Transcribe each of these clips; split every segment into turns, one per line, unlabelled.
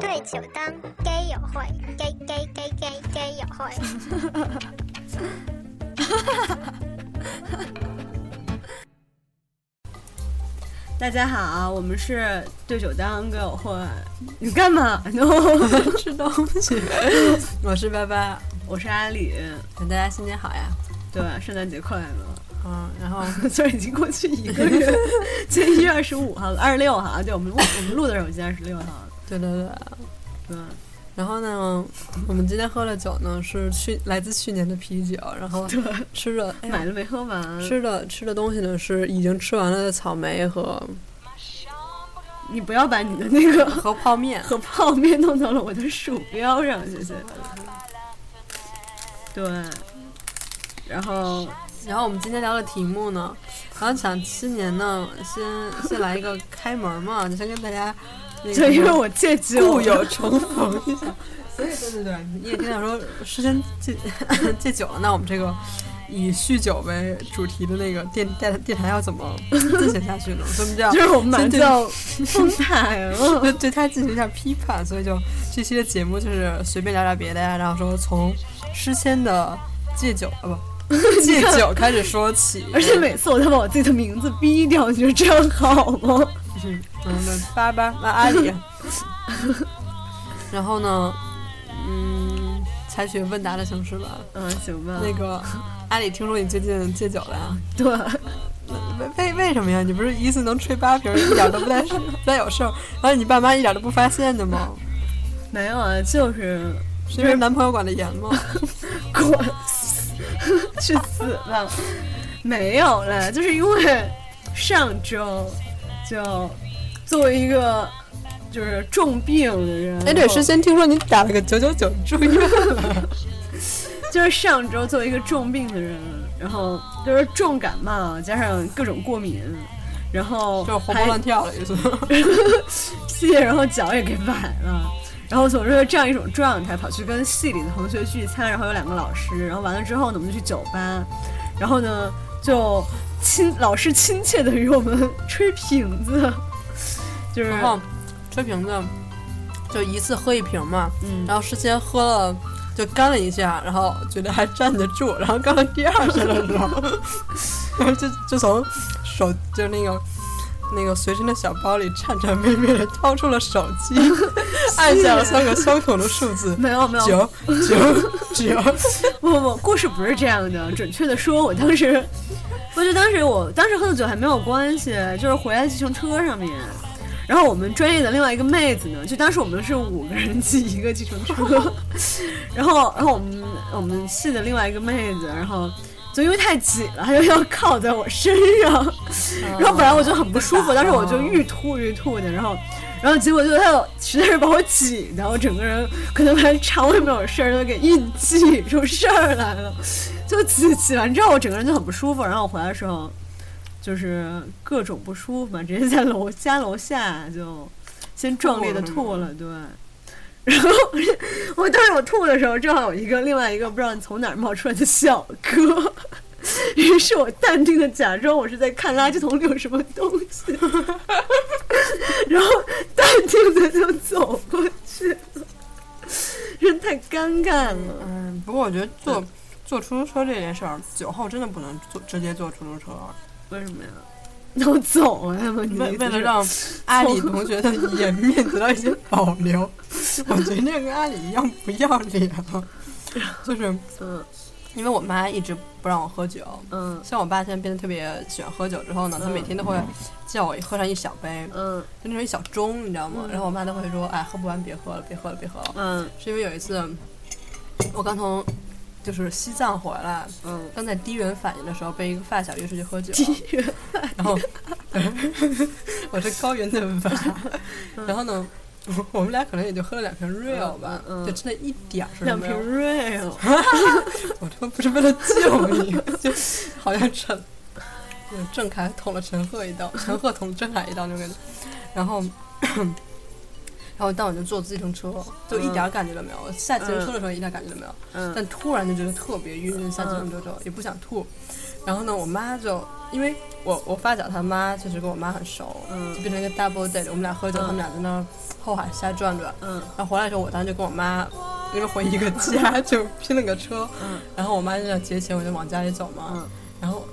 對酒當基友會，基基基基基友會。
大家好，我们是对酒当歌友会。你干嘛呢？
吃东西。我是拜拜，
我是阿里。
大家新年好呀！
对，圣诞节快乐！
嗯，然后
虽然已经过去一个月，今天一月二十五号了，二十六号啊，对我们录我们录的时候已经二十六号了。
对对对，
对，
然后呢，我们今天喝的酒呢是去来自去年的啤酒，然后吃的哎呀
买了没喝完？
吃的吃的东西呢是已经吃完了的草莓和
你不要把你的那个
和泡面。
和泡面弄到了我的鼠标上，谢谢。对，然后
然后我们今天聊的题目呢，然后想新年呢，先先来一个开门嘛，就先跟大家那个
就因为我戒酒，
故友重逢一下。所以对对对，你也听到说事先戒戒酒了，那我们 这个以酗酒为主题的那个电电电台要怎么进行下去呢？所以我们就要
就是我们马上
先
就
对
要丰台了。
对对他进行一下批判，所以就这期的节目就是随便聊聊别的呀，然后说从诗仙的戒酒啊不戒 酒开始说起，
而且每次我都把我自己的名字逼掉，你觉得这样好吗？
嗯，那八八那阿里，啊 然后呢，嗯，采取问答的形式吧。
嗯，行吧。
那个阿里，听说你最近戒酒了呀？
对，
为为为什么呀？你不是一次能吹八瓶，一点都不带 不带有事儿，然后你爸妈一点都不发现的吗？
没有啊，就是
是因为男朋友管得严吗？
滚， 去死吧！没有啦，就是因为上周就作为一个就是重病的人，
哎，对，事先听说你打了个九九九住 院了，
就是上周作为一个重病的人，然后就是重感冒加上各种过敏，然后
就是活蹦
还
乱跳了，意思。
戏，然后脚也给崴了。 然后总是这样一种状态，跑去跟系里的同学聚餐，然后有两个老师，然后完了之后呢，我们就去酒吧，然后呢就亲老师亲切的与我们吹瓶子，就是
然后吹瓶子就一次喝一瓶嘛，
嗯，
然后事先喝了就干了一下，然后觉得还站得住，然后干了第二下的时候，然 后就就从手就那个。那个随身的小包里颤颤巍巍的掏出了手机，按下了三个相同的数字
没有没有
九 九九。
不不不，故事不是这样的。准确的说，我当时，我就当时我当时喝的酒还没有关系，就是回来计程车上面。然后我们专业的另外一个妹子呢，就当时我们是五个人挤一个计程车，然后然后我们我们系的另外一个妹子，然后就因为太挤了，她就要靠在我身上，然后本来我就很不舒服，当时我就欲吐欲吐的，然后然后结果就他有实在是把我挤的，我整个人可能连肠胃没有事儿，都给硬挤出事儿来了，就挤挤完之后，我整个人就很不舒服。然后我回来的时候，就是各种不舒服嘛，直接在楼家楼下就先壮烈的吐了，对。然后 我当时我吐的时候，正好有一个另外一个不知道从哪儿冒出来的小哥，于是我淡定的假装我是在看垃圾桶里有什么东西，然后淡定的就走过去了，人太尴尬了。
嗯，不过我觉得坐坐出租车这件事儿，酒后真的不能坐直接坐出租车，啊
为什么呀？那我走啊嘛！你的
为
意思
为了
是
让阿里同学的颜面得到一些保留， 我觉得这跟阿里一样不要脸，啊就是
嗯
因为我妈一直不让我喝酒。
嗯
像我爸现在变得特别喜欢喝酒之后呢，他每天都会叫我喝上一小杯，
嗯
就那种一小盅，你知道吗？然后我妈都会说：“哎，喝不完别喝了，别喝了，别喝了。
嗯”
是因为有一次，我刚从就是西藏回来，
嗯，
刚在低原反应的时候，被一个发小约出去喝酒，
低原
然后 我是高原的吧，
嗯
然后呢，我我们俩可能也就喝了两瓶 real 吧，
嗯嗯
就真的一点儿事儿
两
都没
瓶
有。
real，
我他妈不是为了救你， 就好像陈，就郑恺捅了陈赫一刀， 陈赫捅了郑恺一刀那种感觉。然后， 然后但我就坐自行车，就一点儿感觉都没有。我下自行车的时候一点儿感觉都没有，
嗯
但突然就觉得特别晕，下自行车之后也不想吐。然后呢，我妈就因为我我发小他妈确实跟我妈很熟，
嗯
就变成一个 double date，我们俩喝酒，
嗯
他们俩在那儿后海瞎转转，
嗯
然后回来的时候，我当时就跟我妈，因为回一个家就拼了个车，
嗯
然后我妈就想结钱，我就往家里走嘛，
嗯
然后。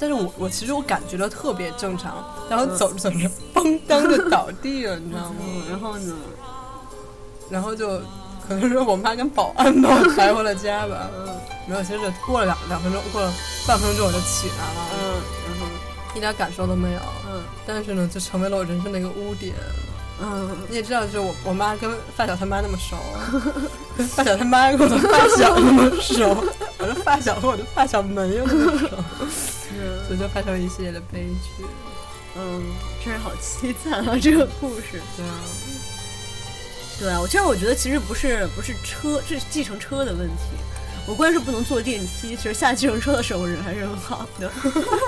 但是我我其实我感觉到特别正常，然后走着走着，嘣当就倒地了，你知道吗？
嗯，然后呢？
然后就可能是我妈跟保安把我抬回了家吧。
嗯
没有，其实就过了两两分钟，过了半分钟我就起来
嗯，
了，
然后
一点感受都没有。
嗯
但是呢，就成为了我人生的一个污点。
嗯
你也知道，就是我我妈跟发小他妈那么 熟，跟发小他妈跟我的发小那么熟，我的发小和我的发小们又那么熟，所以就发生了一系列的悲剧。
嗯，真是好凄惨啊！这个故事。
对啊，
对啊，我其实我觉得其实不是不是车，是计程车的问题。我关键是不能坐电梯，其实下计程车的时候人还是很好的，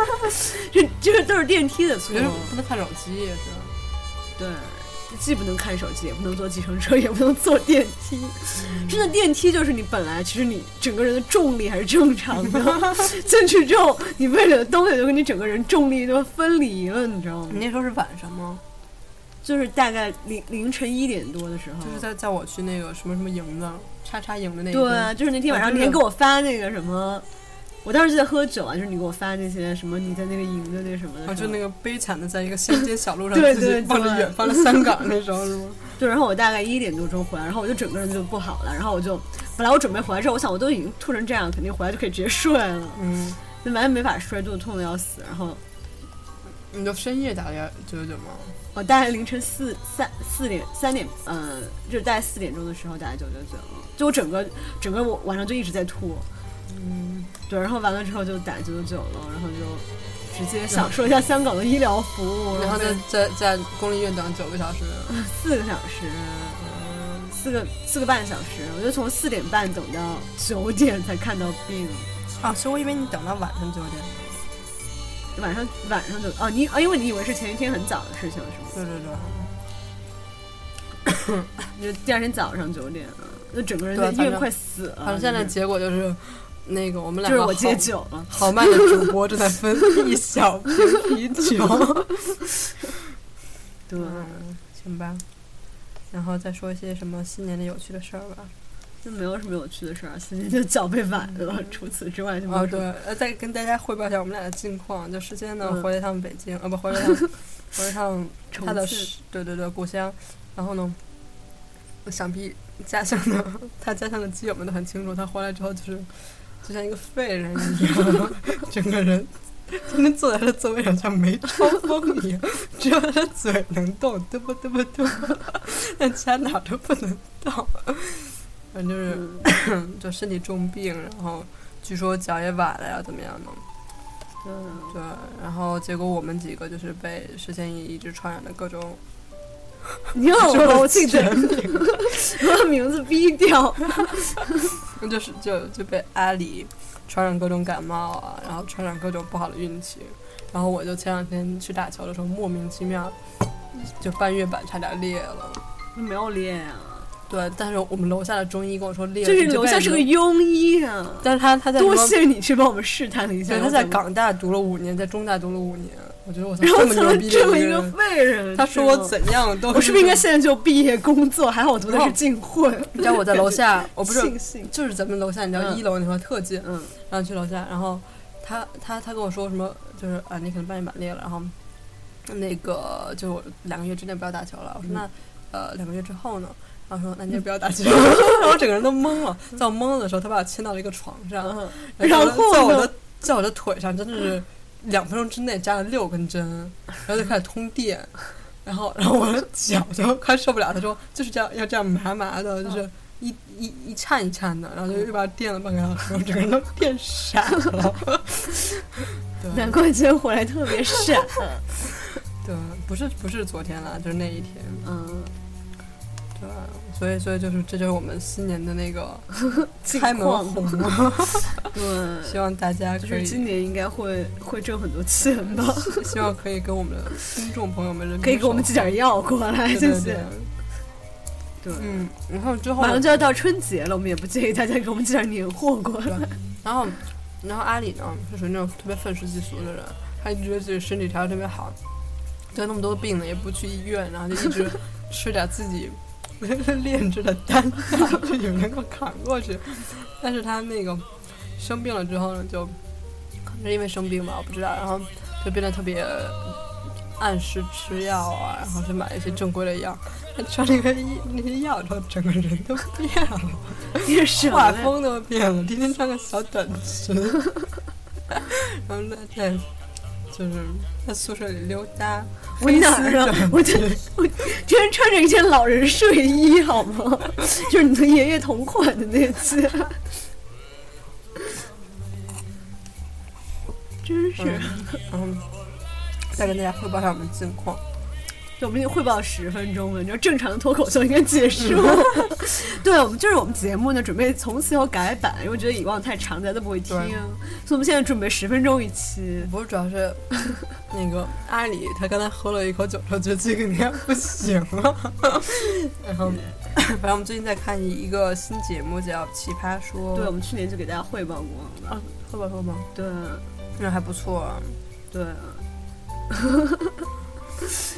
这这个都是电梯的
我
错
觉。得不能看手机也是，
对，既不能看手机，也不能坐计程车，也不能坐电梯。
嗯
真的电梯就是你本来其实你整个人的重力还是正常的，进去之后你为了东西就跟你整个人重力就分离了，你知道吗
你？那时候是晚上吗？
就是大概凌凌晨一点多的时候，
就是在在我去那个什么什么营的叉叉营的那一
对
天
啊，就是那天晚上
啊
你
真的
还给我发那个什么，我当时就在喝酒啊，就是你给我发那些什么你在那个营的那什么的时候，
啊，就那个悲惨的在一个乡间小路上
对
自
对
己望着
对
远方的香港那时候是吗？
对，然后我大概一点多钟回来，然后我就整个人就不好了，然后我就本来我准备回来之后，我想我都已经吐成这样，肯定回来就可以直接睡了，
嗯，
那完全没法睡，肚子痛的要死，然后
你就深夜打了幺九九九吗？
我哦大概凌晨四三四点三点，嗯，就是大概四点钟的时候打九九九，就我整个整个我晚上就一直在吐，
嗯，
对，然后完了之后就打九九九了，然后就直接享受一下香港的医疗服务，
嗯然后在在在公立医院等九个小时，嗯
四个小时，四个四个半小时，我就从四点半等到九点才看到病。
啊，所以我以为你等到晚上九点。
晚上晚上就哦，你哦，因为你以为是前一天很早的事情是吗？
对对对，
就第二天早上九点啊，就整个人
对
在医
反
院
正
快死了。
好像现在
就是
结果就是，那个我们
就
两
是
个
我
好
戒酒了，
豪迈的主播正在分一 小瓶啤酒。
对，
嗯，行吧。然后再说一些什么新年的有趣的事儿吧。
就没有什么有趣的事儿，所以就脚被崴了。除此之外就没
哦，
有什
对
么。，
呃，再跟大家汇报一下我们俩的近况。就事先呢，
嗯
回了一趟北京，呃，不，回了一趟， 回了一趟
重
他的
庆
是对对对故乡。然后呢，想必家乡的他家乡的基友们都很清楚，他回来之后就是就像一个废人一样， 整个人天天坐在他的座位上像梅超风一样，只有他的嘴能动，嘚啵嘚啵嘚啵，但其他哪儿都不能动。反正就是。
嗯，
就身体重病，然后据说脚也崴了呀，怎么样呢？
对，
对，然后结果我们几个就是被石千一一直传染的各种，
你让
说了
哦我我自己的
全
把名字逼掉。
就是就就被阿里传染各种感冒啊，然后传染各种不好的运气。然后我就前两天去打球的时候，莫名其妙就半月板差点裂了。
没有裂啊，
对，但是我们楼下的中医跟我说裂了，
就是
你
楼
被
下是个庸医啊。
但是他他在什么
多谢你去帮我们试探了一下。
对，
然
他
后
在
怎么，
港大读了五年，在中大读了五年，我觉得我 操
然后
么
怎
牛
么
逼的
这么一个
人
废人？
他说我
是吗
怎样都，
我是不是应该现在就毕业工作？还好我读的是进混，
你知哦道我在楼下，我不是
庆幸。
就是咱们楼下，你知道
嗯
一楼那块特近，
嗯
然后去楼下，然后他他他跟我说什么，就是啊，你可能半夜板裂了，然后那个就我两个月之内不要打球了。我说
嗯
那、呃两个月之后呢？然后说那你就不要打 球，然后我整个人都懵了。在我懵的时候，他把我牵到了一个床上，
嗯，
然后
然后
在我
呢
的在我的腿上真的是两分钟之内扎了六根针，然后就开始通电，然后然后我的脚就快受不了，他说就是这样要这样麻麻的，就是一一一颤一颤的，然后就又把我电了半个小时，我整个人都电傻了。 对
难怪今天回来特别 闪。
对，不是不是昨天啦，就是那一天。
嗯，
对，所以所以就是这就是我们新年的那个
近
开门
况
红，
对，
希望大家
就
可
是
以
今年应该会会挣很多钱吧？
希望可以跟我们的听众朋友们人民
可以给我们
守
寄点药过来，谢
对对对
谢。对，
嗯，然后之后
马，上就要到春节了，我们也不介意大家给我们寄点年货过来。
然后，然后阿里呢，是属于那种特别愤世嫉俗的人，他一直觉得自己身体条件特别好，得那么多病了也不去医院，然后就一直吃点自己 炼制的丹药，就有能够扛过去。但是他那个生病了之后呢，就可能是因为生病吧，我不知道，然后就变得特别呃按时吃药啊，然后去买一些正规的药。他吃了那个那些药之后，整个人都变了，
你是什
画
么呀？
风都变了，天天穿个小短裙， 然后那在就是在宿舍里溜达。
我哪儿啊？我就我居然穿着一件老人睡衣，好吗？ 就是你跟爷爷同款的那件， 真是。
嗯，再跟大家汇报一下我们的近况。
对，我们已经汇报十分钟了，你知道正常的脱口秀应该结束。 对，我们就是我们节目呢，准备从此以后改版，因为觉得以往太长，大家都不会听，所
对
以我们现在准备十分钟一期。
不是，主要是那个阿里，他刚才喝了一口酒之后，觉得自己肯定不行了。 然后，反正我们最近在看一个新节目，叫《奇葩说》。
对，我们去年就给大家汇报过了。
啊，喝吧喝吧，
对，
那还不错、啊。
对，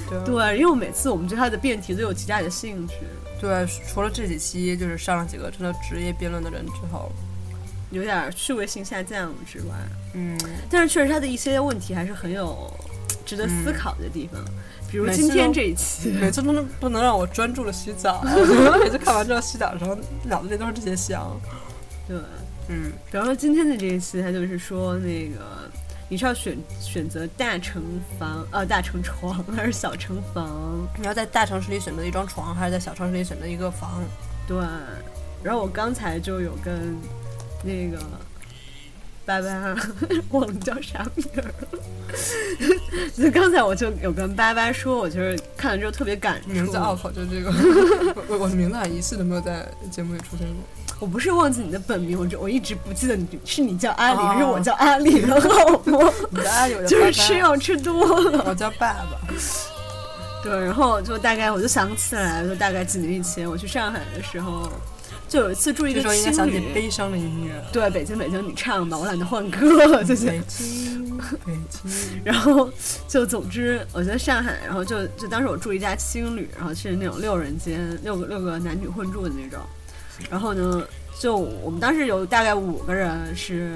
对啊
对，因为每次我们对它的辩题都有极大的兴趣，
对，啊除了这几期就是上了几个真的职业辩论的人之后，
有点趣味性下降之外，
嗯，
但是确实它的一些问题还是很有值得思
嗯
考的地方，比如
每
今
次
天
都
这一期。
每次都能不能让我专注的洗澡， 我每次看完之后洗澡的时候，脑子里都是这些香。
对。
嗯，
比方说今天的这一期，他就是说那个你是要选选择大成房呃大成床还是小成房？
你要在大城市里选择一张床，还是在小城市里选择一个房？
对。啊然后我刚才就有跟那个爸爸 忘了叫啥名儿了，就刚才我就有跟爸爸说，我就是看了之后特别感触。
名字拗口，就这个， 我我的名字还一次都没有在节目里出现 过。
我不是忘记你的本名，我就我一直不记得你是你叫阿里、
哦
还是我叫阿里了，好吗？
你的阿哎里，我
就是
叫
吃
爸
药吃多了。
爸，我叫爸爸。
对，然后就大概我就想起来，就大概几年以前我去上海的时候，就有一次住一
这
个
时候应该
青
想起
旅。
悲伤的音乐，
对，北京北京你唱吧，我懒得换歌了，就
北
是。
京，北京，
然后就总之，我在上海，然后就就当时我住一家青旅，然后是那种六人间，六个六个男女混住的那种。然后呢，就我们当时有大概五个人是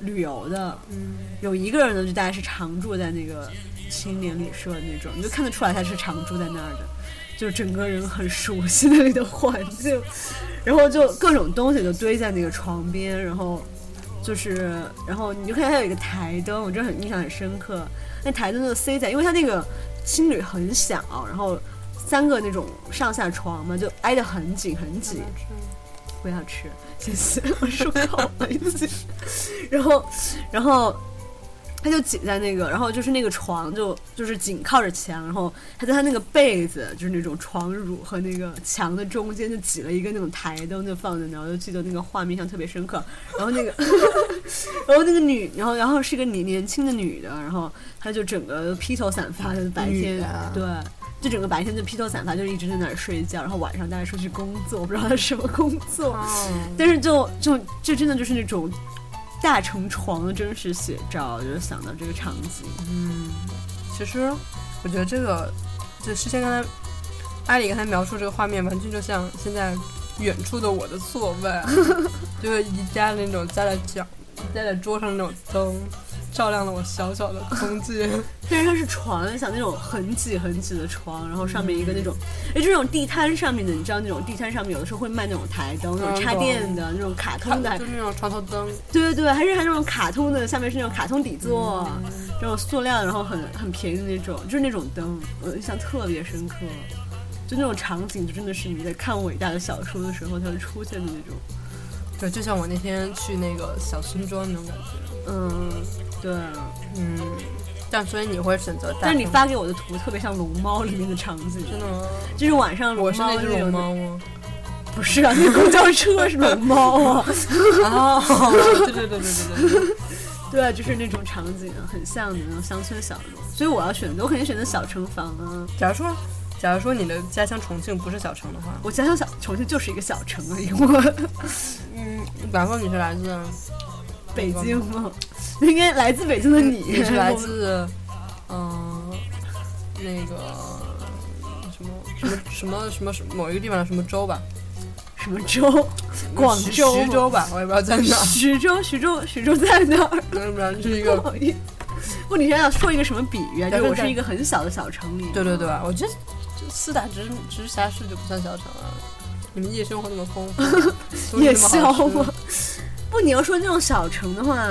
旅游的，
嗯，
有一个人呢，就大概是常住在那个青年旅社那种，你就看得出来他是常住在那儿的，就是整个人很熟悉那里的环境，然后就各种东西就堆在那个床边，然后就是，然后你就看它有一个台灯，我真的很印象很深刻，那台灯就塞在，因为它那个青旅很小，然后三个那种上下床嘛，就挨得很紧很紧，不要吃，谢谢， 我漱口了已经。然后，然后他就挤在那个，然后就是那个床就就是紧靠着墙，然后他在他那个被子就是那种床褥和那个墙的中间就挤了一个那种台灯就放在那儿，我就记得那个画面印象特别深刻。然后那个， 然后那个女，然后然后是个年年轻的女的，然后她就整个披头散发的白天
女的啊
对。就整个白天就披头散发，就一直在那儿睡觉，然后晚上大家出去工作，我不知道她什么工作，
哦，
但是就就这真的就是那种大成床的真实写照，就是想到这个场景，
嗯，其实我觉得这个，就事先刚才阿里刚才描述这个画面，完全就像现在远处的我的座位，啊 就是宜家的那种加在角、加在桌上的那种灯，照亮了我小小的空间。
但是它是床，想那种很挤很挤的床，然后上面一个那种，哎、这种地摊上面的，你知道那种地摊上面有的时候会卖那种台灯，那种
嗯
插
懂
电的那种卡通的，还
就是那种床头灯，
对对对，还是还那种卡通的，下面是那种卡通底座，
嗯
这种塑料，然后很很便宜的那种，就是那种灯，我印象特别深刻。就那种场景，就真的是你在看伟大的小说的时候才会出现的那种。
对，就像我那天去那个小村庄那种感觉。
嗯，对。
嗯，但所以你会选择大
但是你
屏幕
发给我的图特别像《龙猫》里面的场景，
真的吗？
就是晚上
我
龙
是
猫
那只
那
龙
种的，
猫吗？
不是啊，那公交车是龙猫 啊，
啊，对对对对对对，
对啊，就是那种场景啊，很像的那种乡村小路，所以我要选择，我肯定选择小城房啊。
假如说，假如说你的家乡重庆不是小城的话，
我家乡小重庆就是一个小城而已， 我
嗯，比方说你是来自
北京，嘛，应该来自北京的你，
嗯你是来
我
自嗯、那个什么什什么什么什么什么某一个地方的什么州吧，
什么州？广
徐
州吗
徐州吧，我也不知道在哪儿，
徐州，徐州，徐州在哪儿？
我也不知道是 一
不
个，
好意思，不，你想想说一个什么比喻啊？
对
就
对
我是
对
一个很小的小城里，
对对对吧？我觉得这四大直直辖市就不算小城了，你们夜生活那么丰富，东西
夜
那么好
宵
吃
吗？ 不，你要说那种小城的话，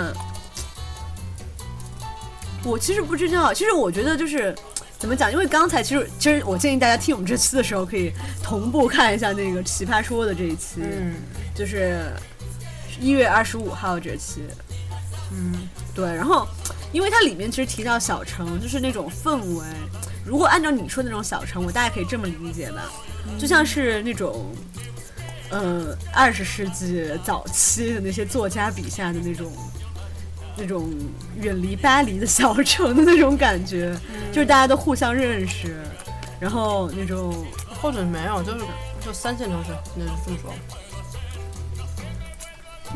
我其实不知道。其实我觉得就是怎么讲，因为刚才其实其实我建议大家听我们这期的时候，可以同步看一下那个《奇葩说》的这一期，
嗯
就是一月二十五号这期。
嗯，
对，然后因为它里面其实提到小城，就是那种氛围。如果按照你说的那种小城，我大概可以这么理解吧，就像是那种，呃，二十世纪早期的那些作家笔下的那种。那种远离巴黎的小城的那种感觉，就是大家都互相认识，然后那种
或者没有，就是就三线城市，那就这么说。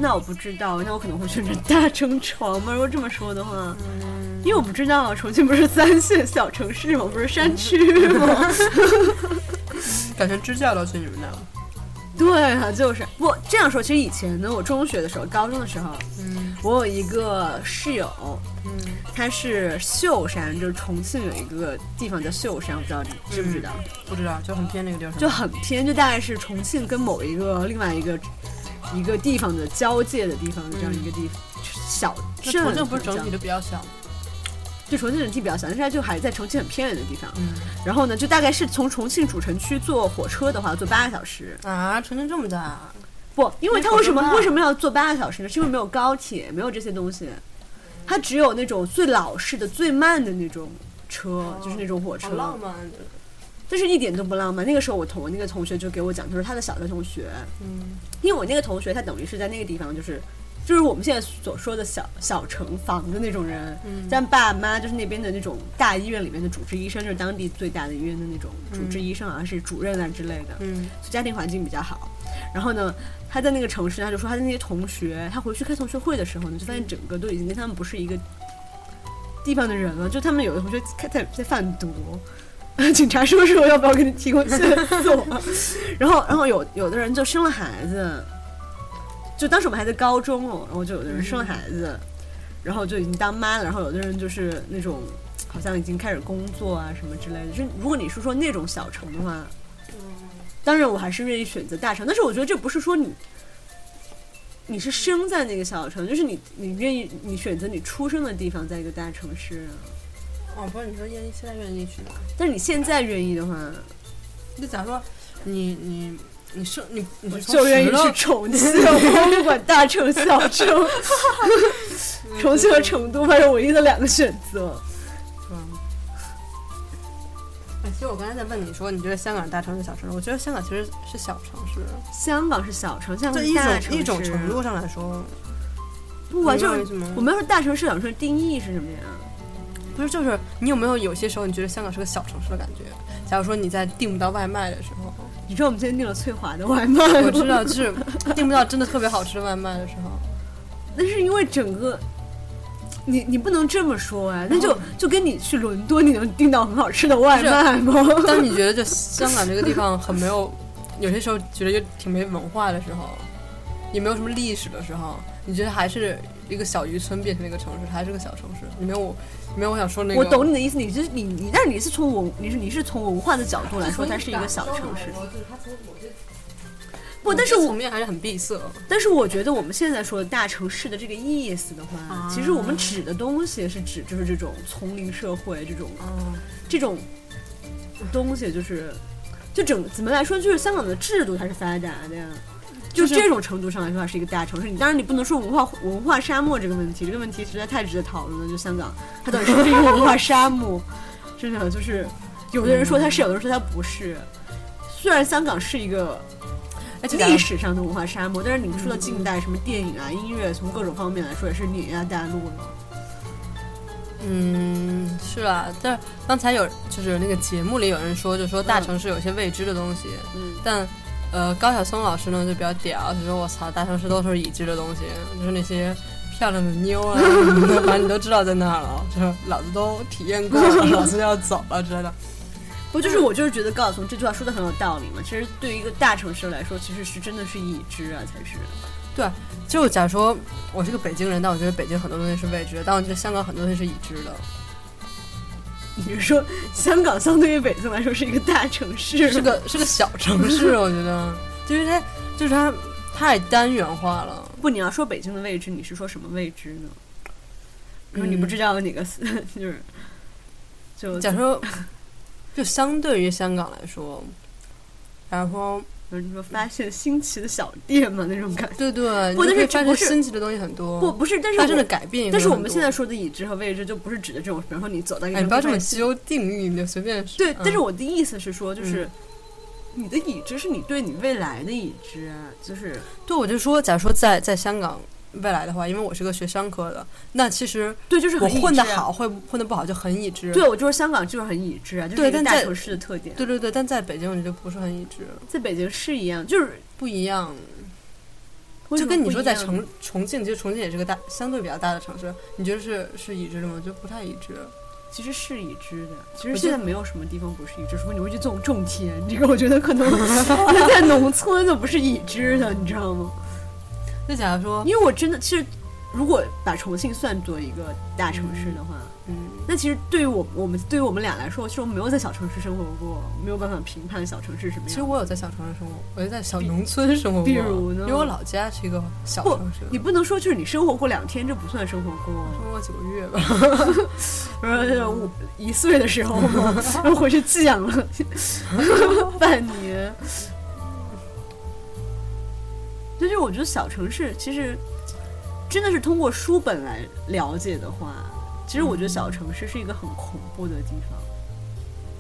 那我不知道，那我可能会选择大城床吧。如果这么说的话，因为我不知道啊重庆不是三线小城市吗？不是山区吗？
改成支教了，去你们那儿。
对啊，就是不这样说。其实以前呢，我中学的时候、高中的时候，
嗯
我有一个室友，
嗯，
他是秀山，就是重庆有一个地方叫秀山，我不知道你知不知道，
不知道，就很偏那个地方。
就很偏，就大概是重庆跟某一个另外一个一个地方的交界的地方的这样一个地方、小
那
镇。
重庆不是
可以
整
叫
体就比较小吗？
就重庆人地比较小，但是它就还在重庆很偏远的地方。
嗯
然后呢，就大概是从重庆主城区坐火车的话，坐八个小时。
啊，重庆这么大，
不，因为它为什么
那火车慢
为什么要坐八个小时呢？是因为没有高铁，没有这些东西，它只有那种最老式的、最慢的那种车，就是那种火车。
哦好浪漫。啊
但是一点都不浪漫。那个时候我同我那个同学就给我讲，就是他的小学同学，
嗯
因为我那个同学他等于是在那个地方，就是就是我们现在所说的小小城房的那种人，
嗯
但爸妈就是那边的那种大医院里面的主治医生，就是当地最大的医院的那种主治医生啊，是主任啊之类的，
嗯
就家庭环境比较好。然后呢，他在那个城市，他就说他的那些同学，他回去开同学会的时候呢，就发现整个都已经跟他们不是一个地方的人了，就他们有的同学开在在贩毒。 警察叔叔，要不要给你提供线索？ 然后，然后有有的人就生了孩子，就当时我们还在高中哦，然后就有的人生了孩子，然后就已经当妈了，然后有的人就是那种好像已经开始工作啊什么之类的。就是如果你是说那种小城的话，当然我还是愿意选择大城，但是我觉得这不是说你。你是生在那个小城，就是你，你愿意，你选择你出生的地方，在一个大城市啊。
哦，不是，你说愿意现在愿意去哪？
但是你现在愿意的话，
那假如说你你你是你你是从
就愿意
石头
去重庆，我不管大城小 城，重庆和成都，反正唯一的两个选择。
嗯。 哎，其实我刚才在问你说，你觉得香港是大城市、小城市？我觉得香港其实是小城市，
香港是小城，香
就
港
一
是大城
种
市
一种程度上来说，
不啊，
你
就
明白我意
是
思吗
我们要说大城市、小城市定义是什么呀？
不是，就是你有没有有些时候你觉得香港是个小城市的感觉？假如说你在订不到外卖的时 候，
你知道我们今天订了翠华的外卖吗？
我知道，就是订不到真的特别好吃的外卖的时候，
但是因为整个，你你不能这么说啊，那就就跟你去伦敦，你能订到很好吃的外卖吗？
当你觉得就香港这个地方很没有，有些时候觉得就挺没文化的时候，也没有什么历史的时候，你觉得还是一个小渔村变成了一个城市，还是个小城市？你没有我，没有我想说那个。
我懂你的意思，你就是你你，但是你是从文，你是你是从文化的角度来说，它是一个小城市。不，但是我
层面还是很闭塞。
但是我觉得我们现在说的大城市的这个意思的话，其实我们指的东西是指就是这种丛林社会这种
嗯，
这种东西，就是就整怎么来说，就是香港的制度它是发达的呀。就
就是
这种程度上来说，它是一个大城市。你当然你不能说文化 文化沙漠这个问题，这个问题实在太值得讨论了。就香港，它到底是不是一个文化沙漠？真的就是，有的人说它是，有的人说它不是。虽然香港是一个
而且
历史上的文化沙漠，但是你说到近代什么电影啊、音乐，从各种方面来说也是碾压大陆了。
嗯，是啊，但是刚才有就是那个节目里有人说，就说大城市有些未知的东西，
嗯
但呃高晓松老师呢就比较屌，他说我操，大城市都是已知的东西，就是那些漂亮的妞啊什么的，反正你都知道在那儿了，就是老子都体验过了，老子要走了之类的。
不就是我就是觉得高晓松这句话说的很有道理嘛。其实对于一个大城市来说，其实是真的是已知啊，才是。
就假如说我是个北京人，但我觉得北京很多东西是未知的，但我觉得香港很多东西是已知的，
你是说香港相对于北京来说是一个大城市，
是个是个小城市，我觉得就是它就是它太单元化了。
不？你要说北京的位置，你是说什么位置呢？如果你
嗯
不知道哪个 就是就
假说，就相对于香港来说，然后
就是你说发现新奇的小店嘛那种感觉。
对对，
不
你
但
就可以
是
发
不
现
是
新奇的东西很多，
不，不是，但是
发生
我
的改变也会
但
很多。
是我们现在说的已知和未知，就不是指的这种，比方说你走到一个
哎，你不要这么
地方
西游定义，你就随便嗯
对，但是
我
我的意思是说，就是、
嗯
你的已知是你对你未来的已知啊，就是
对我就说，假如说在在香港未来的话，因为我是个学商科的，那其实
对，就是
我
很已
混得
知啊。
好，混混得不好就很已知。
对，我就说香港就是很已知啊，就是
对
一个
但
大
在
城市的特点。
对对对，但在北京你就不是很已知，
在北京是一样，就是
不一样。
为什
就
么
跟你
不
说
一
在
样
重重庆，其实重庆也是个大相对比较大的城市，你觉得是是已知的吗？就不太已知。
其实是已知的，其实现
我觉
在
得
没有什么地方不是已知，除非你会去种种田，这个我觉得可 能在农村就不是已知的，你知道吗？
就假如说，
因为我真的其实，如果把重庆算作一个大城市的话，
嗯，
那其实对于我我们对于我们俩来说，其实我没有在小城市生活过，没有办法评判小城市什么样。
其实我有在小城市生活，我就在小农村生活过。
比如呢
因为我老家是一个小
不
城市，
你不能说就是你生活过两天，这不算生活过。
生活过几个月吧。
呃，我一岁的时候嘛，然后回去寄养了 半年。所以就是我觉得小城市其实真的是通过书本来了解的话，其实我觉得小城市是一个很恐怖的地方。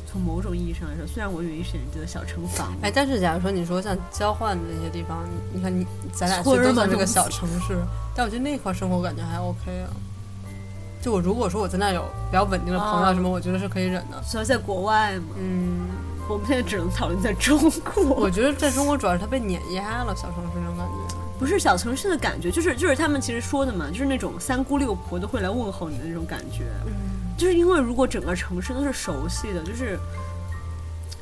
从某种意义上来说，虽然我有一选择小城房，
哎，但是假如说你说像交换的那些地方，你你看你咱俩去
村儿
都
嘛
算是
那
个
种
小城市，但我觉得那块儿生活感觉还 OK 啊。就我如果说我在那儿有比较稳定的朋友
啊
啊什么，我觉得是可以忍的。
所以在国外嘛，
嗯，
我们现在只能讨论在中
我
国，
觉得在中国主要是它被碾压了，小城市那种感觉。
不是小城市的感觉，就是就是他们其实说的嘛，就是那种三姑六婆都会来问候你的那种感觉。
嗯，
就是因为如果整个城市都是熟悉的，就是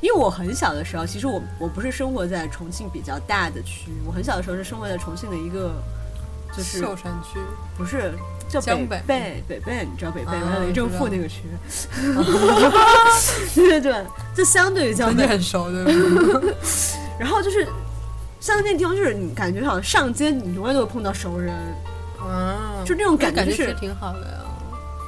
因为我很小的时候，其实我我不是生活在重庆比较大的区，我很小的时候是生活在重庆的一个，就是
秀山区，
不是叫
江
北
北
碚北碚，你知道北碚
啊
吗？雷政
知
富
道
那个区，对对对，就相对于江
你
北，
很熟对吧？
然后就是。像那地方就是你感觉好像上街你永远都会碰到熟人，
啊，
就那种感
感
觉就
觉其实
是，
挺好的呀。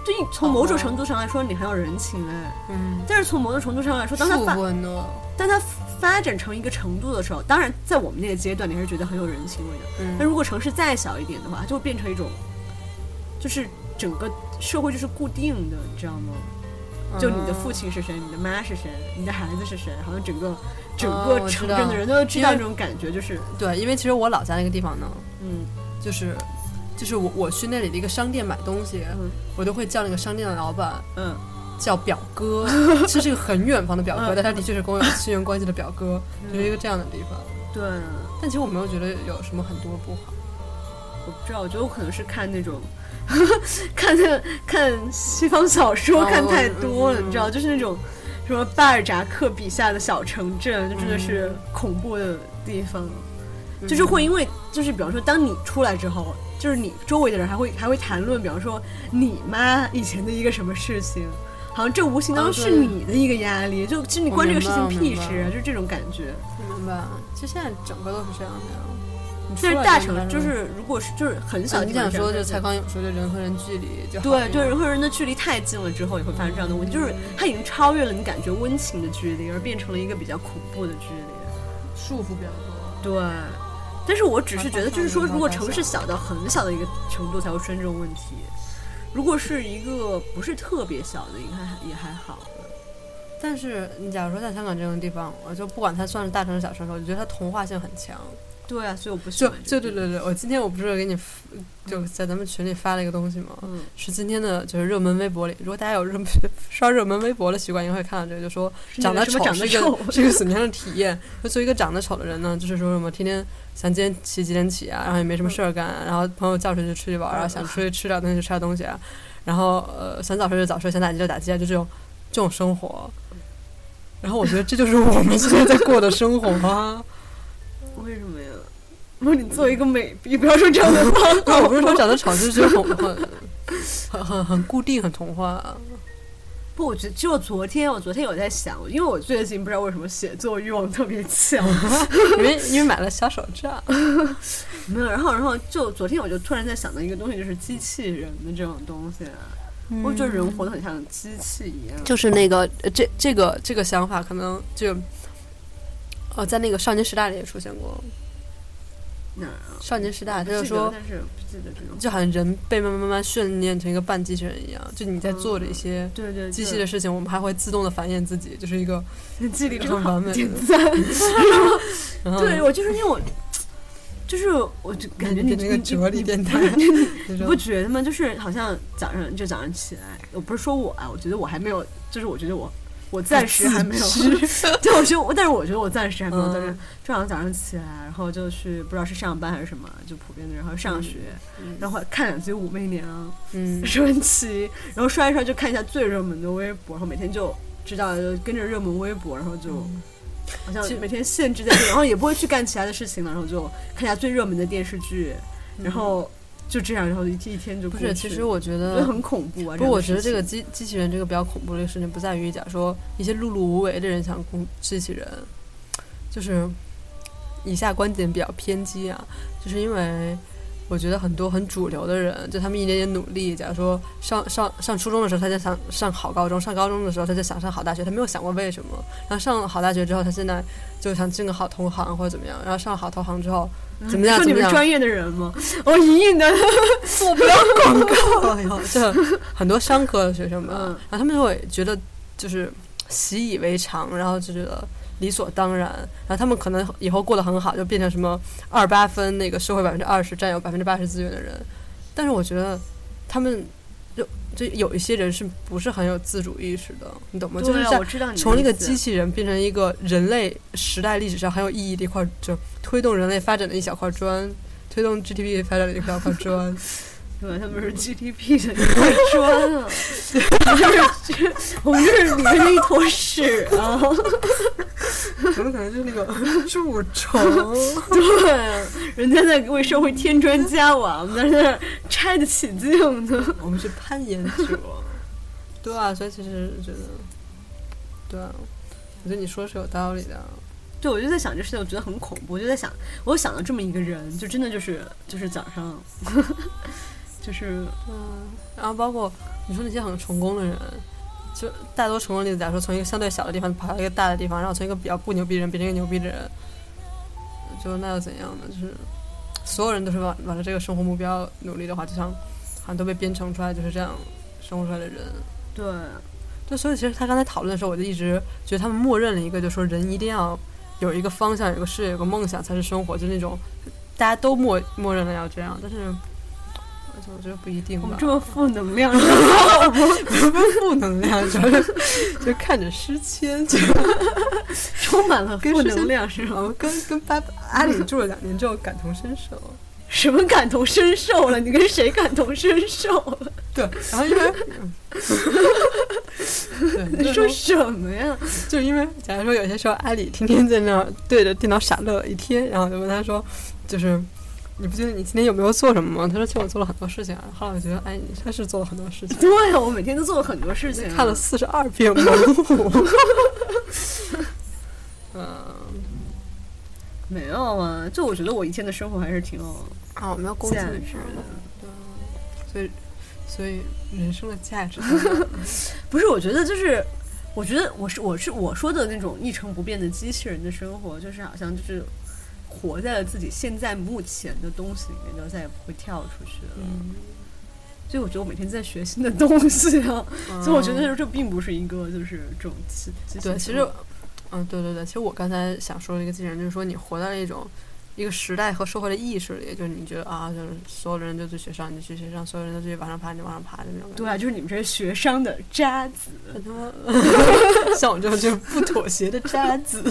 就你从某种程度上来说你很有人情哎，
嗯，
但是从某种程度上来说，当他
树
发
不温暖。
当它发展成一个程度的时候，当然在我们那个阶段，你还是觉得很有人情味的。但
嗯，
如果城市再小一点的话，它就会变成一种，就是整个社会就是固定的，你知道吗？
嗯
就你的父亲是谁，你的妈是谁，你的孩子是谁，好像整个整个
哦我知
城
道
镇的人都知道
因
这
为
种感觉，就是
嗯对，因为其实我老家那个地方呢，
嗯
就是就是我我去那里的一个商店买东西，
嗯
我都会叫那个商店的老板
嗯，
叫表 哥，这是一个很远方的表哥，
嗯
但他的确是跟我有亲缘关系的表哥，就是一个这样的地方。
对啊，
但其实我没有觉得有什么很多不好，
我不知道，我觉得我可能是看那种。 看看看西方小说
哦
看太多了，
嗯
你知道，就是那种什么巴尔扎克笔下的小城镇，就真的是恐怖的地方，
嗯
就是会因为就是比方说，当你出来之后，就是你周围的人还会还会谈论，比方说你妈以前的一个什么事情。好像这无形当中
哦
是
对
你的一个压力，就其实你关这个事情
我明白
屁
我明白
事，啊，就是这种感觉。
明白？其实现在整个都是这样的呀。你出
但
来
是大
就
城
明白
就
了
是如果是就是很小
啊
的
你
地方
想
这样
说，
的事
就蔡
情
康永说，这人和人距离就好
对，就
一点
人和人的距离太近了之后，也会发生这样的问题，就是它已经超越了你感觉温情的距离，而变成了一个比较恐怖的距离。
束缚比较多。
对，但是我只是觉得，就是说，如果城市小到很小的一个程度，才会出现这种问题。如果是一个不是特别小的，应该也还好。
但是你假如说在香港这种地方，我就不管它算是大城市小城市，我就觉得它同化性很强。
对啊，所以我不喜
就
欢这
就对
个地
对对，我今天我不是给你发就在咱们群里发了一个东西吗？
方，嗯，
是今天的就是热门微博里，如果大家有热门 刷热门微博的习惯，应该会看到这个，就说
是
长
那
得
个什
丑
么长
是
得
一
丑
个是一个怎么样的体验？就作为一个长得丑的人呢，就是说什么天天想几点起几点起啊，然后也没什么事儿干啊，然后朋友叫出去就出去玩儿啊，
嗯
想出去吃点东西就吃点东西啊，然后呃想早睡就早睡，想打机就打机啊，就这种这种生活。然后我觉得这就是我们现在在过的生活啊！
为什么呀？不是你作为一个美逼，不要说这样的 话。
我不是说长得丑就是很很很很很固定、很童话、啊。
不，我觉得就昨天，我昨天有在想，因为我最近不知道为什么写作欲望特别强，
因为因为买了小手账，
没有。然后，然后就昨天我就突然在想到一个东西，就是机器人的这种东西。啊
嗯
我觉得人活得很像机器一样。
就是那个呃这这个这个想法，可能就呃在那个少年时代里也出现过。
哪儿啊？
少年时代他
记
就
得
说，
但是不记得这种。
就好像人被慢慢慢慢训练成一个半机器人一样，就你在做着一些
对对，
机器的事情，我们还会自动的繁衍自己，就是一个
的记忆力真
很
好
完，美嗯
点
的
赞。
然后
对我就是因为我，就是我就感觉你
那个
你
哲理
你
电台，那
你
种
不觉得吗？就是好像早上就早上起来，我不是说我啊，我觉得我还没有，就是我觉得我我暂时还没有， 对，我觉得我，但是我觉得我暂时还没有，
嗯
但是就好像早上起来，然后就去不知道是上班还是什么，就普遍的，然后上学，
嗯
然后看两集《武媚娘》
嗯
传奇，然后刷一刷就看一下最热门的微博，然后每天就知道就跟着热门微博，然后就。
嗯
好像
其实
每天限制在这，然后也不会去干其他的事情了，然后就看一下最热门的电视剧，然后就这样，然后一天一天就
嗯不
过
是，
去
其实我觉
觉
得
得很恐怖啊。
不过我觉得这
这
个
样的事
机机器人这个比较恐怖的一个事情，不在于假如说一些碌碌无为的人想攻机器人，就是以下观点比较偏激啊，就是因为我觉得很多很主流的人，就他们一点点努力，假如说上上上初中的时候他就想上好高中，上高中的时候他就想上好大学，他没有想过为什么，然后上了好大学之后，他现在就想进个好投行或者怎么样，然后上了好投行之后
情
怎么样
嗯说
怎
你
么
们
样，
专业的人吗？我隐隐的做不了广告。
哎呦，这很多商科的学生们
嗯
啊，然后他们就会觉得就是习以为常，然后就觉得理所当然，然后他们可能以后过得很好，就变成什么二八分那个社会百分之二十占有百分之八十资源的人，但是我觉得他们就就有一些人是不是很有自主意识的，你懂吗？就是
对啊
在
我知道你
从
那
一个机器人变成一个人类时代历史上很有意义的一块，就推动人类发展的一小块砖，推动 GDP 发展的一小块砖。
对，他们是 GDP 的那块砖啊，就是 我们就是里面的一坨屎啊。
可能可能就是那个蛀虫。
对，啊人家在为社会添砖加瓦，我们在那儿拆得起劲呢。
我们是攀岩者。对啊，所以其实觉得，对啊，我觉得你说是有道理的。
对，我就在想这事情，我觉得很恐怖。我就在想，我想到这么一个人，就真的就是就是早上， 就是
嗯，然后包括你说那些很成功的人。就大多成功的例子，假如说从一个相对小的地方跑到一个大的地方，然后从一个比较不牛逼的人变成一个牛逼的人，就那又怎样呢？就是所有人都是往往着这个生活目标努力的话，就像好像都被编程出来就是这样生活出来的人。
对，啊
对，所以其实他刚才讨论的时候，我就一直觉得他们默认了一个，就说人一定要有一个方向、有个事业、有个梦想才是生活，就那种大家都默默认了要这样，但是而且我觉得不一定
我
吧
们这，么负能 量，
负能量主要是就看着诗谦，就
充满了
跟
负
世界
能量是吗？
跟跟巴阿里住了两年之后感同身受。
什么感同身受了？你跟谁感同身受了？
对，然后 因为，嗯对，
你
就
说
是
什么呀？
就因为，假如说有些时候阿里天天在那儿对着电脑傻乐一天，然后我就问他说，就是你不觉得你今天有没有做什么吗？他说其实我做了很多事情啊。后来我觉得，哎，你确实做了很多事情，
对呀、我每天都做了很多事情啊、
看了四十二遍 猛虎。嗯，
没有啊？就我觉得我一天的生活还是挺有
啊，我们要工
价值的。
所以所以人生的价值
不是，我觉得就是，我觉得我是我是我说的那种一成不变的机器人的生活，就是好像就是活在了自己现在目前的东西里面，就再也不会跳出去了。所以我觉得我每天在学新的东西啊，所以我觉得这并不是一个就是这种机机器
嗯对，
人
其实，嗯，对对对，其实我刚才想说的一个精神就是说，你活在一种一个时代和社会的意识里，就是你觉得啊，就是所有人都去雪上，你就去雪上；所有人都去往上爬，你就往上爬的那种感觉。
对啊，就是你们这些学商的渣子，
很多 像我这种就是不妥协的渣 子，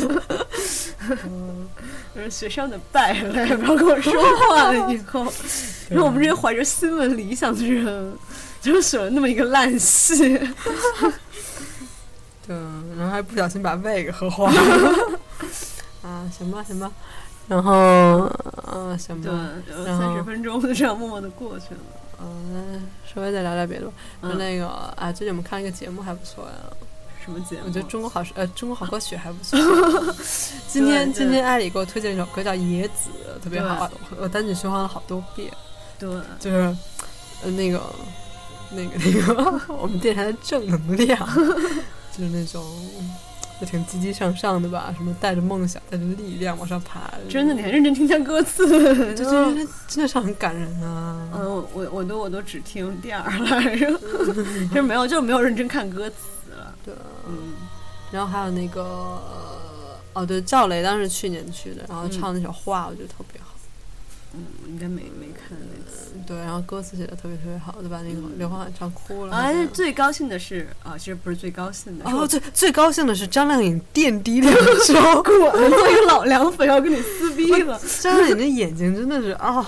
嗯
就是呃学商的败类，不要跟我说话了以 后。然后我们这些怀着新闻理想的人，就选了那么一个烂戏。
对对，然后还不小心把胃给喝花了。 啊，行吧，行吧。然后，嗯、行
对
吧，，
有
然
三
后
十分钟就这样默默的过去了。
嗯、稍微再聊聊别的吧。就
嗯
那个啊，最近我们看了一个节目还不错呀、
什么节目？
我觉得《中国好声》呃，《中国好歌曲》还不错。 今天
对
今天艾里给我推荐一首歌叫《野子》，特别好，我单曲循环了好多遍。
对，
就是呃那个那个 那个 我们电台的正能量， 就是那种就挺积极向上的吧，什么带着梦想，带着力量往上爬。
真的，你还认真听下歌词？
就
嗯
真的真的是很感人啊！
嗯，我我我都我都只听第二了， 是吧就是没有就是没有认真看歌词了。
对，
嗯，
然后还有那个哦，对，赵雷当时去年去的，然后唱那首《画》，我觉得特别好。
我嗯应该没没看那次。
对，然后歌词写的特别特别好，对吧？那个刘欢唱哭了。嗯
啊，最高兴的是啊，其实不是最高兴的，是
哦，
我
最最高兴的是张靓颖垫底两周，
滚！做一个老凉粉要跟你撕逼了，
张靓颖的眼睛真的是啊、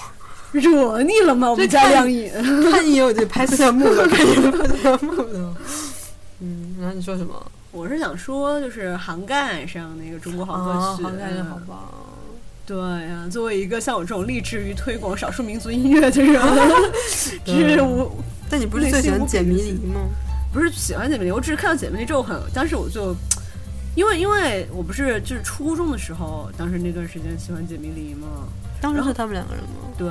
惹你了吗？我们家亮颖，
看一眼我就拍摄项目了，看一眼就拍摄项目了。嗯，然后你说什么？
我是想说，就是杭盖上那个中国好歌曲，
好感哎人，好
嗯
棒。
对呀、作为一个像我这种立志于推广少数民族音乐的 人，就是我
但你不是最喜欢解谜离吗？
不是喜欢姐妹，我只是看到姐妹离之后很，当时我就。因为因为我不是就是初中的时候，当时那段时间喜欢解谜离嘛，
当时是他们两个人吗？
对，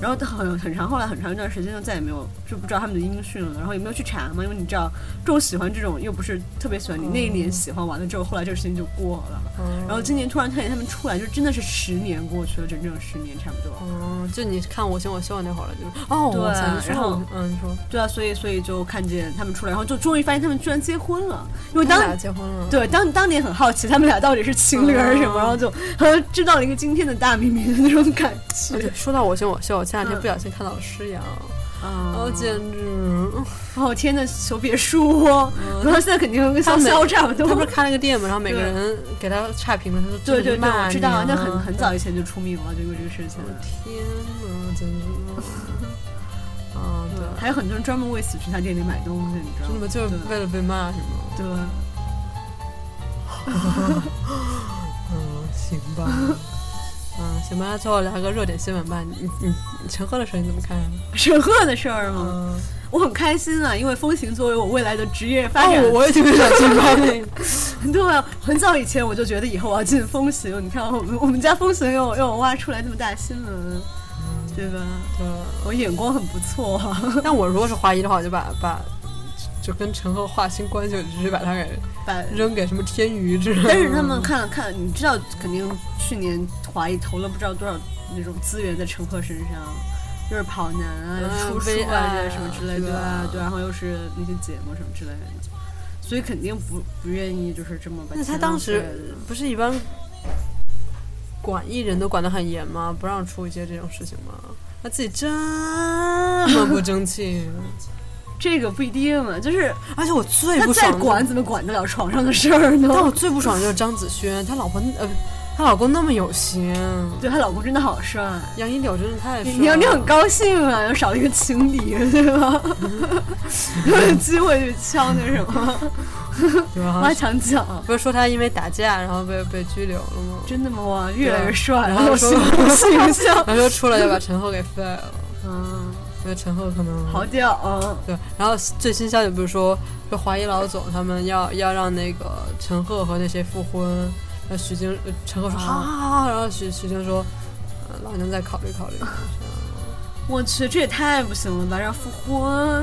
然后很很长，后来很长一段时间就再也没有就不知道他们的音讯了，然后也没有去查嘛，因为你知道这种喜欢这种又不是特别喜欢，你那一年喜欢完了之后，后来这个事情就过了，
嗯
然后今年突然看见他们出来，就真的是十年过去了，整整十年差不多。
哦，就你看我行我秀那会儿了，就是哦，
对
我想说
然后
我，嗯，你说
对啊，所以所以就看见他们出来，然后就终于发现他们居然结婚了，因为
他
当
们俩结婚了，
对当当年很好奇他们俩到底是情侣还是什么，
嗯
然后就好像知道了一个惊天的大秘密的那种感
哦。
觉
对，。说到我行我秀，我前两天
嗯
不小心看到了诗阳，
啊
哦，简直，
哦天呐，求别说，然后现在肯定跟
嗯他
潇
每
潇差不多
他。不是开了个店嘛，然后每个
对
人给他差评了，他说
对
这
对对，
是骂
我知道，
你
那
啊
很很早以前就出名了，就因为这个事情。
天哪，简直！啊，对，
还有很多人专门为此去他店里买东西，你知道
真
吗
的？就是为了被骂是吗？
对，
嗯，行吧。 嗯，行吧，那最后聊个热点新闻吧。你你你你陈赫的事儿你怎么看啊？
沈赫的事儿吗？
嗯，
我很开心啊，因为风行作为我未来的职业发展，
哦，我也挺想去 拍那个。
对啊，很早以前我就觉得以后我要进风行。你看我们我们家风行又又挖出来这么大新闻，对吧？
对，
我眼光很不错、啊，
但我如果是华谊的话，我就把把就跟陈赫划清关系，我就直接把他给
把
扔给什么天娱之 类的。
但是他们看了看，你知道，肯定去年华谊投了不知道多少那种资源在陈赫身上，就是跑男啊、
嗯
出书
VI
啊
啊
这些什么之类的，对啊
对啊
对，然后又是那些节目什么之类的，所以肯定不不愿意就是这么把钱
那他
浪
当
费了。
时不是一般管艺人都管得很严吗？不让出一些这种事情吗？他自己这么不争气，
这个不一定啊，就是
而且我最
他
不
再
爽的
管，怎么管得了床上的事儿 呢？
但我最不爽的就是张子萱，她老婆呃，她老公那么有型，
对她老公真的好帅，
杨一柳真的太帅
你
了，
你要你很高兴啊，又少了一个情敌，对吧？ 有机会去敲那什么
对吧
挖墙脚。
不是说他因为打架然后被被拘留了吗？
真的吗？哇，越来越帅
啊然
了，
后
我
说，
心动 形象
然后说出来要把陈赫给废了，
嗯，
因为陈赫可能
好屌啊！
对，然后最新消息不是说，说华谊老总他们要要让那个陈赫和那谁复婚，然后许晶，呃陈赫说
啊
好好好好，然后许许晶说，呃老娘再考虑考虑。
我去，这也太不行了吧，让复婚，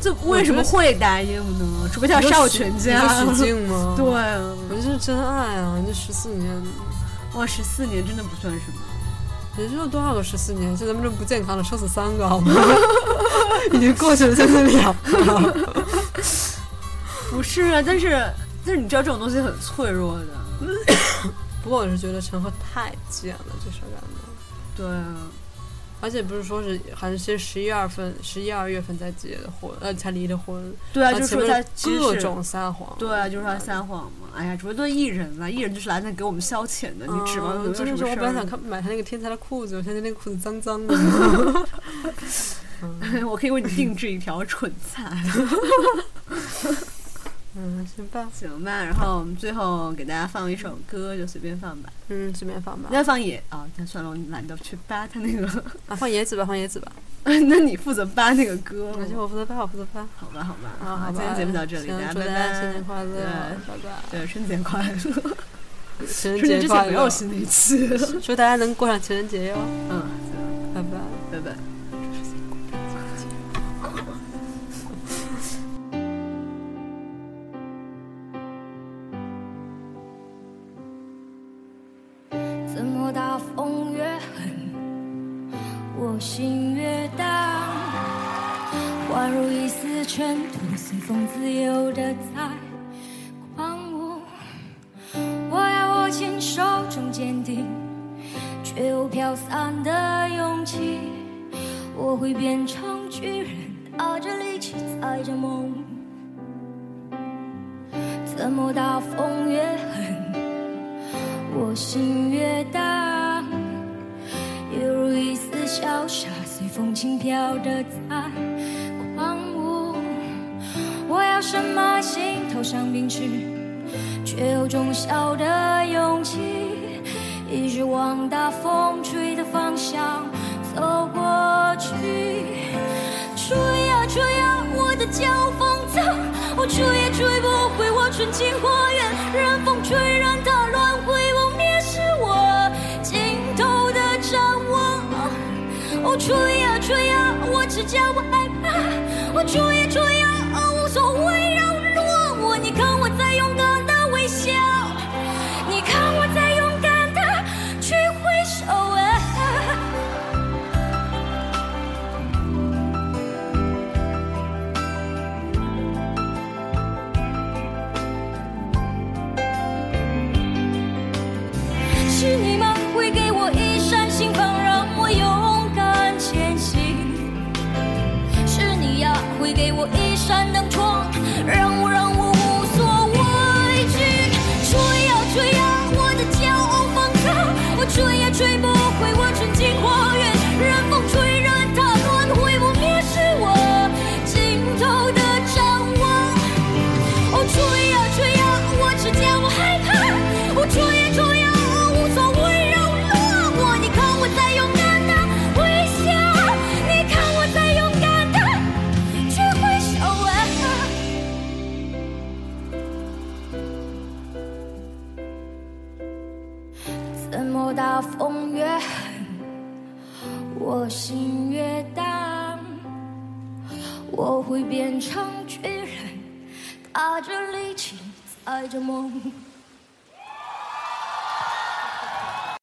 这为什么会答应呢？除非他要杀我全家
你。说许静 吗
？对，啊，
我这是真爱啊！这十四年，
哇，十四年真的不算什么。
人生有多少个十四年？像咱们这么不健康的，撑死三个好吗？ 已经过去了，现在两个。
不是啊，但是但是你知道这种东西很脆弱的。
不过我是觉得陈赫太贱了，这事儿干的。
对啊，
而且不是说是，好像是十一二份、十一二月份才结的婚，呃，才离的婚。
对啊，
而
就
且
是说他其实
各
是
种撒谎。
对啊，就是说他撒谎嘛。哎呀，主要都是艺人了，艺人就是来那给我们消遣的，
嗯。
你指望能有什
真
么
的
事
是，我本来
儿
想看买他那个天才的裤子，我现在那个裤子脏 脏 的。
呢？我可以为你定制一条蠢菜。
嗯，嗯，行吧，
行吧，然后我们最后给大家放一首歌，就随便放吧。
嗯，随便放吧。
那放野啊、那算了，我懒得去扒他那个，
啊，放椰子吧，放椰子吧。
那你负责扒那个歌
而且
吧。
我负责发，我负责发。
好嗯吧，好吧，
啊，好吧。
今天节目到这里，
行
大家
祝
拜
大
拜，
家新年快乐，拜拜。
对，春节快乐！
情人
春节
节
之
快
前没有
乐，
新的一期。
祝大家能过上情人节哟，
嗯，行
拜拜。
拜拜。
怎么大风越狠，我心越荡，宛如一丝尘土，随风自由的在狂舞。我要握紧手中坚定，却又飘散的勇气。我会变成巨人，踏着力气，踩着梦。怎么大风越狠？我心越大，犹如一丝潇洒，随风轻飘的在狂舞。我要什么心头上冰去，却有种小的勇气，一直往大风吹的方向走过去。吹呀吹呀，我的骄风藏，我吹也吹不回我纯净火焰，任风吹，让它乱挥我，蔑视我尽头的展望。哦，吹呀吹呀，我只叫我害怕。我吹呀吹呀，哦，无所谓扰乱我。你看我在勇敢的微笑，你看我在勇敢的去挥手啊。是你吗？会给我一扇心房，让我勇敢前行。是你呀，会给我一扇灯窗，让我让我无所畏惧。吹呀吹呀，我的骄傲放荡，我吹也吹不回我纯净花园。任风吹，任它乱挥，不蔑视我尽头的展望。哦，吹呀吹呀，我只见我害怕。哦，吹呀吹呀，无所谓扰乱我。你看我在勇敢的微笑，你看我在勇敢的去挥手啊。啊怎么大风越狠，我心越荡？我会变成巨人，踏着力气，踩着梦。